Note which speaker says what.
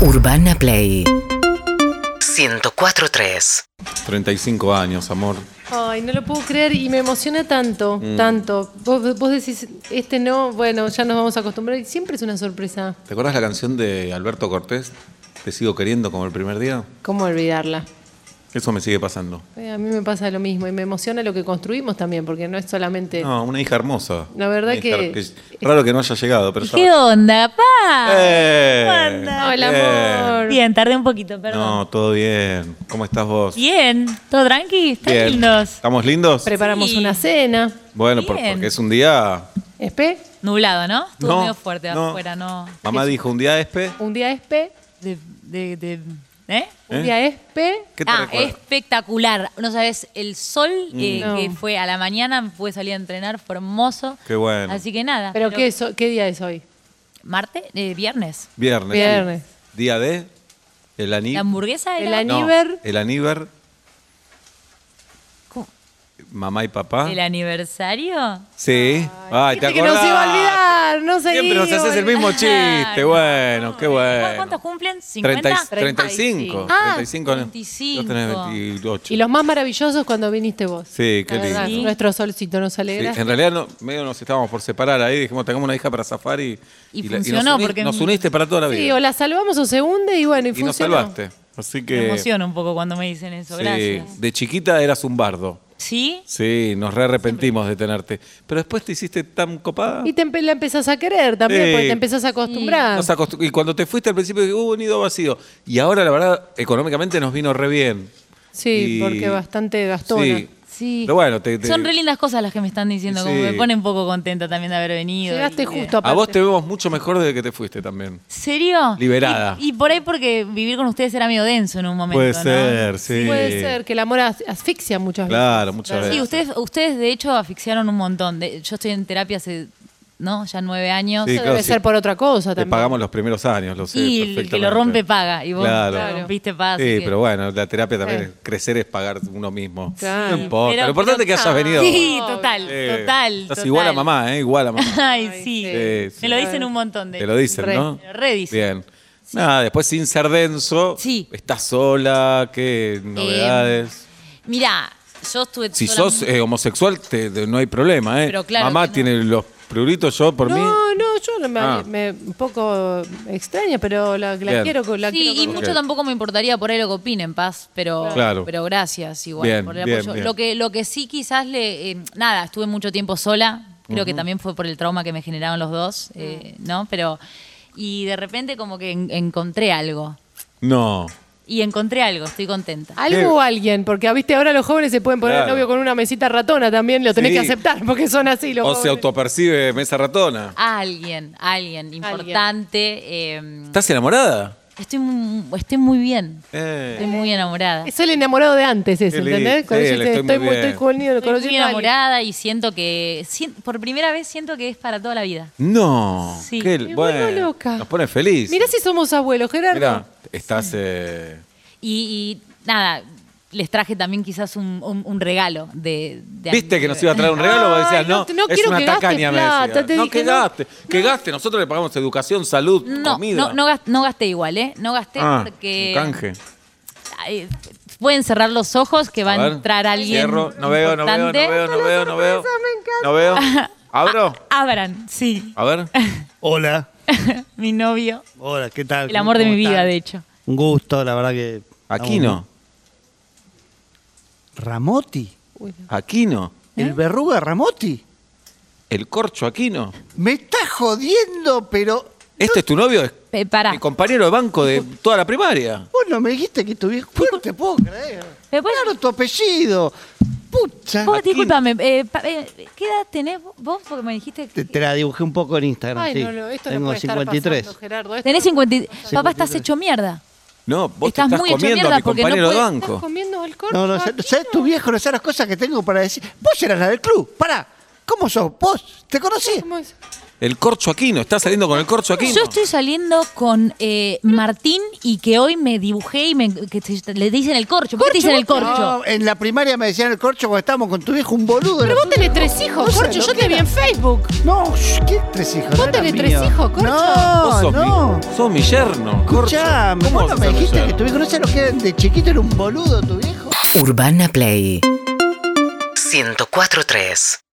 Speaker 1: Urbana Play 104.3
Speaker 2: 35 años, amor.
Speaker 3: Ay, no lo puedo creer y me emociona tanto,
Speaker 2: Mm.
Speaker 3: tanto. Vos, vos decís, este no, bueno, ya nos vamos a acostumbrar y siempre es una sorpresa.
Speaker 2: ¿Te acuerdas la canción de Alberto Cortés? Te sigo queriendo como el primer día.
Speaker 3: ¿Cómo olvidarla?
Speaker 2: Eso me sigue pasando.
Speaker 3: Eh, a mí me pasa lo mismo y me emociona lo que construimos también, porque no es solamente...
Speaker 2: No, una hija hermosa.
Speaker 3: La verdad
Speaker 2: Una hija
Speaker 3: que-
Speaker 2: Raro que no haya llegado, pero ya.
Speaker 4: ¿Qué onda, pa?
Speaker 2: ¡Eh!
Speaker 4: ¿Cómo anda?
Speaker 3: No, el
Speaker 2: Bien.
Speaker 3: amor.
Speaker 4: Bien, tardé un poquito, perdón.
Speaker 2: No, todo bien. ¿Cómo estás vos?
Speaker 4: Bien, ¿todo tranqui? ¿Están
Speaker 2: Bien.
Speaker 4: lindos?
Speaker 2: ¿Estamos lindos?
Speaker 3: Preparamos
Speaker 4: Sí.
Speaker 3: una cena.
Speaker 2: bueno, por-
Speaker 4: Bien.
Speaker 2: porque es un día.
Speaker 3: Espe,
Speaker 4: Nublado, ¿no? Estuvo
Speaker 2: no,
Speaker 4: medio fuerte
Speaker 2: no.
Speaker 4: afuera, ¿no?
Speaker 2: Mamá dijo un día espe.
Speaker 3: un día espe,
Speaker 4: De, de, de- ¿Eh?
Speaker 3: un
Speaker 2: ¿Eh?
Speaker 3: día espe.
Speaker 2: ¿Qué te
Speaker 4: Ah,
Speaker 2: recuerda? Mm.
Speaker 4: espectacular. No sabes, el sol eh,
Speaker 3: No.
Speaker 4: que fue a la mañana, pude salir a entrenar, fue hermoso.
Speaker 2: Qué bueno.
Speaker 4: Así que nada.
Speaker 3: ¿Pero qué, es, ho- qué día es hoy?
Speaker 4: ¿Marte? Eh, ¿Viernes?
Speaker 2: Viernes. sí.
Speaker 3: Viernes.
Speaker 2: Día de. El aní.
Speaker 4: ¿La hamburguesa
Speaker 3: El
Speaker 4: era?
Speaker 3: ani-
Speaker 2: No,
Speaker 3: Aníver.
Speaker 2: el aníver.
Speaker 4: ¿Cómo?
Speaker 2: Mamá y papá.
Speaker 4: ¿El aniversario?
Speaker 2: Sí. Ay, te
Speaker 3: Dijiste que no se iba a
Speaker 2: acordás.
Speaker 3: olvidar, no se
Speaker 2: Siempre nos
Speaker 3: iba a
Speaker 2: haces el
Speaker 3: olvidar.
Speaker 2: mismo chiste. Bueno, qué bueno.
Speaker 4: ¿Cuántos cumplen? ¿50?
Speaker 2: 30 y- 35.
Speaker 3: 35.
Speaker 4: Ah,
Speaker 2: 35 no. Vos tenés 28.
Speaker 3: Y los más maravillosos cuando viniste vos.
Speaker 2: Sí,
Speaker 3: La
Speaker 2: qué lindo.
Speaker 3: verdad,
Speaker 4: Sí.
Speaker 3: Nuestro solcito nos
Speaker 2: Sí,
Speaker 3: alegra.
Speaker 2: en realidad no- medio nos estábamos por separar ahí, dijimos, tengamos una hija para zafar y,
Speaker 4: Y
Speaker 2: la-
Speaker 4: funcionó,
Speaker 2: nos, uni-
Speaker 4: porque-
Speaker 2: nos uniste para toda la vida.
Speaker 3: Sí, o la salvamos o se hunde y bueno, y,
Speaker 2: y nos
Speaker 3: funcionó.
Speaker 2: salvaste. Así
Speaker 4: Me
Speaker 2: que
Speaker 4: emociona un poco cuando me dicen eso,
Speaker 2: sí,
Speaker 4: gracias.
Speaker 2: de chiquita eras un bardo.
Speaker 4: ¿Sí?
Speaker 2: Sí, nos re arrepentimos de tenerte. Pero después te hiciste tan copada.
Speaker 3: Y te empe- la empezás a querer también,
Speaker 2: Sí.
Speaker 3: porque te empezás a acostumbrar.
Speaker 2: Nos acostu- y cuando te fuiste al principio, dije, hubo un nido vacío. Y ahora, la verdad, económicamente nos vino re bien.
Speaker 3: Sí,
Speaker 2: Y-
Speaker 3: porque bastante gastona.
Speaker 2: Sí.
Speaker 4: Sí.
Speaker 2: Pero bueno, te- te-
Speaker 4: Son re lindas cosas las que me están diciendo, como
Speaker 2: Sí.
Speaker 4: me pone un poco contenta también de haber venido.
Speaker 3: Llegaste
Speaker 4: y de-
Speaker 3: justo
Speaker 2: a
Speaker 3: aparte.
Speaker 2: vos te vemos mucho mejor desde que te fuiste también.
Speaker 4: ¿Serio?
Speaker 2: Liberada.
Speaker 4: Y, y por ahí porque vivir con ustedes era medio denso en un momento,
Speaker 2: Puede
Speaker 4: ¿no?
Speaker 2: ser, sí.
Speaker 3: Puede ser que el amor as- asfixia muchas
Speaker 2: Claro, muchas
Speaker 4: Sí,
Speaker 2: veces.
Speaker 4: ustedes, ustedes de hecho asfixiaron un montón. De- yo estoy en terapia hace, ¿no? Ya nueve años.
Speaker 2: Sí,
Speaker 3: veces. Eso
Speaker 2: claro,
Speaker 3: debe
Speaker 2: sí.
Speaker 3: ser por otra cosa
Speaker 2: Te
Speaker 3: también.
Speaker 2: pagamos los primeros años, lo sé.
Speaker 4: Y el que
Speaker 2: perfectamente.
Speaker 4: lo rompe paga, y vos lo rompiste, paga,
Speaker 2: Sí,
Speaker 4: así que-
Speaker 2: pero bueno, la terapia también
Speaker 3: Sí.
Speaker 2: es crecer es pagar uno mismo.
Speaker 3: Claro.
Speaker 2: No importa.
Speaker 4: Pero-
Speaker 2: lo importante
Speaker 4: pero-
Speaker 2: es que hayas venido.
Speaker 4: Sí, total,
Speaker 2: Eh,
Speaker 4: total.
Speaker 2: Estás
Speaker 4: total.
Speaker 2: igual a mamá, ¿eh? Igual a mamá.
Speaker 4: Ay,
Speaker 3: Ay,
Speaker 4: sí.
Speaker 2: sí, sí.
Speaker 4: Me lo dicen un montón de
Speaker 2: Te lo dicen,
Speaker 3: Re.
Speaker 2: ¿no?
Speaker 4: Me lo redicen.
Speaker 2: Bien. Nada, después sin ser denso,
Speaker 4: Sí. Eh,
Speaker 2: estás sola, qué novedades.
Speaker 4: Mirá, yo estuve
Speaker 2: si
Speaker 4: sola
Speaker 2: sos eh, homosexual, te- de- no hay problema, ¿eh?
Speaker 4: Pero claro
Speaker 2: Mamá
Speaker 4: que no.
Speaker 2: tiene los pruritos, yo por mí.
Speaker 3: No, no, yo no me,
Speaker 2: Ah.
Speaker 3: me- un poco extraña, pero la, la
Speaker 2: Bien.
Speaker 3: quiero con la
Speaker 4: Sí,
Speaker 3: quiero
Speaker 4: y
Speaker 3: con-
Speaker 4: mucho tampoco me importaría por ahí lo que opinen, Paz, pero,
Speaker 2: Claro.
Speaker 4: pero gracias igual
Speaker 2: Bien,
Speaker 4: por el
Speaker 2: bien,
Speaker 4: apoyo.
Speaker 2: bien.
Speaker 4: Lo, que, lo que sí quizás le... eh, nada, estuve mucho tiempo sola, creo que también fue por el trauma que me generaron los dos, eh, ¿no? Pero... Y de repente como que en- encontré algo.
Speaker 2: No.
Speaker 4: Y encontré algo, estoy contenta.
Speaker 3: Algo o alguien, porque ah, viste, ahora los jóvenes se pueden poner
Speaker 2: Claro.
Speaker 3: novio con una mesita ratona también, lo tenés
Speaker 2: Sí.
Speaker 3: que aceptar, porque son así los
Speaker 2: O se
Speaker 3: jóvenes.
Speaker 2: autopercibe mesa ratona.
Speaker 4: Alguien, alguien importante. eh,
Speaker 2: ¿Estás enamorada?
Speaker 4: estoy, mu- estoy muy bien,
Speaker 2: Eh.
Speaker 4: estoy muy enamorada.
Speaker 3: Es el enamorado de antes ese,
Speaker 2: Qué lindo.
Speaker 3: ¿entendés? Cuando
Speaker 2: Sí,
Speaker 3: dice,
Speaker 2: le estoy muy
Speaker 3: estoy, muy-
Speaker 2: bien.
Speaker 3: estoy con-
Speaker 4: Estoy
Speaker 3: conociendo
Speaker 4: muy
Speaker 3: a alguien".
Speaker 4: enamorada y siento que... si- por primera vez siento que es para toda la vida.
Speaker 2: No.
Speaker 4: Sí.
Speaker 2: Qué-
Speaker 3: Me
Speaker 2: bueno,
Speaker 3: vuelvo loca.
Speaker 2: Nos pone feliz.
Speaker 3: Mirá si somos abuelos, Gerardo.
Speaker 2: Mirá, estás. eh,
Speaker 4: Y, y nada, les traje también quizás un, un- un regalo de, de-
Speaker 2: ¿Viste que nos iba a traer un regalo? Vos
Speaker 3: Ay,
Speaker 2: decías, no,
Speaker 3: no te- no
Speaker 2: es
Speaker 3: quiero
Speaker 2: una
Speaker 3: que gaste
Speaker 2: tacaña, me
Speaker 3: plata,
Speaker 2: decías.
Speaker 3: te
Speaker 2: no,
Speaker 3: dije,
Speaker 2: que
Speaker 3: no,
Speaker 2: gaste, que gaste. Nosotros le pagamos educación, salud,
Speaker 4: No,
Speaker 2: comida.
Speaker 4: no, no, gas- no gasté igual, ¿eh? No gasté
Speaker 2: Ah,
Speaker 4: porque...
Speaker 2: un canje.
Speaker 4: Ay, pueden cerrar los ojos que va a,
Speaker 2: ver,
Speaker 4: entrar alguien
Speaker 2: Cierro, no veo, no veo, no
Speaker 4: importante.
Speaker 2: veo, no veo, no veo. No veo. ¿Abro?
Speaker 4: Abran, sí.
Speaker 2: A ver.
Speaker 5: Hola.
Speaker 4: Mi novio.
Speaker 5: Hola, ¿qué tal?
Speaker 4: El amor de
Speaker 5: ¿Cómo
Speaker 4: mi vida,
Speaker 5: están?
Speaker 4: de hecho.
Speaker 5: Un gusto, la verdad que.
Speaker 2: Aquí no.
Speaker 5: ¿Ramotti?
Speaker 2: Aquí no.
Speaker 3: ¿Eh?
Speaker 5: ¿El verruga Ramotti?
Speaker 2: El corcho aquí no.
Speaker 5: Me está jodiendo, pero.
Speaker 2: Este es tu novio, es
Speaker 4: Pe- pará.
Speaker 2: mi compañero de banco de toda la primaria.
Speaker 5: Vos no me dijiste que estuvieras. No te puedo creer.
Speaker 4: ¿Me puedes-
Speaker 5: Claro, tu apellido. Pucha.
Speaker 4: Vos, discúlpame, eh, pa- eh, ¿qué edad tenés vos? Porque me dijiste
Speaker 5: Te,
Speaker 4: que...
Speaker 5: te la dibujé un poco en Instagram.
Speaker 3: Ay,
Speaker 5: sí.
Speaker 3: no, no, esto no
Speaker 5: Tengo
Speaker 3: puede estar
Speaker 5: 53.
Speaker 3: pasando, Gerardo. Esto
Speaker 4: Tenés
Speaker 3: no-
Speaker 4: 50... y- Papá, estás hecho mierda.
Speaker 2: No, vos
Speaker 4: Estás
Speaker 2: te estás
Speaker 4: muy hecho
Speaker 2: comiendo a
Speaker 4: mierda
Speaker 2: mi
Speaker 4: porque no
Speaker 2: compañero de
Speaker 4: puedes-
Speaker 3: ¿Estás
Speaker 2: banco.
Speaker 3: comiendo el corcho?
Speaker 5: no, no,
Speaker 3: aquí?
Speaker 5: ¿sabes tu viejo? No sabes las cosas que tengo para decir. Vos eras la del club. Pará. ¿Cómo sos? ¿Vos? ¿Te conocí?
Speaker 3: ¿Cómo es?
Speaker 2: El corcho Aquino, ¿estás saliendo con el corcho Aquino?
Speaker 4: Yo estoy saliendo con eh, Martín y que hoy me dibujé y me, que te- le dicen el corcho. ¿Por qué te dicen el corcho?
Speaker 5: No, en la primaria me decían el corcho cuando estábamos con tu viejo, un boludo.
Speaker 3: Pero
Speaker 5: era
Speaker 3: vos tenés tres hijos,
Speaker 5: No sé,
Speaker 3: Corcho.
Speaker 5: lo
Speaker 3: Yo
Speaker 5: que
Speaker 3: te vi
Speaker 5: era.
Speaker 3: en Facebook.
Speaker 5: No, sh, ¿qué tres hijos?
Speaker 3: Vos
Speaker 5: No era
Speaker 3: tenés
Speaker 5: mío.
Speaker 3: tres hijos, corcho.
Speaker 2: Vos
Speaker 5: No,
Speaker 2: sos,
Speaker 5: no.
Speaker 2: mi, sos mi yerno. corcho.
Speaker 5: Escuchame,
Speaker 2: ¿Cómo
Speaker 5: vos
Speaker 2: vas a
Speaker 5: no me
Speaker 2: ser mi
Speaker 5: dijiste que
Speaker 2: yerno?
Speaker 5: tu viejo no se lo que era de chiquito era un boludo tu viejo.
Speaker 1: Urbana Play 104.3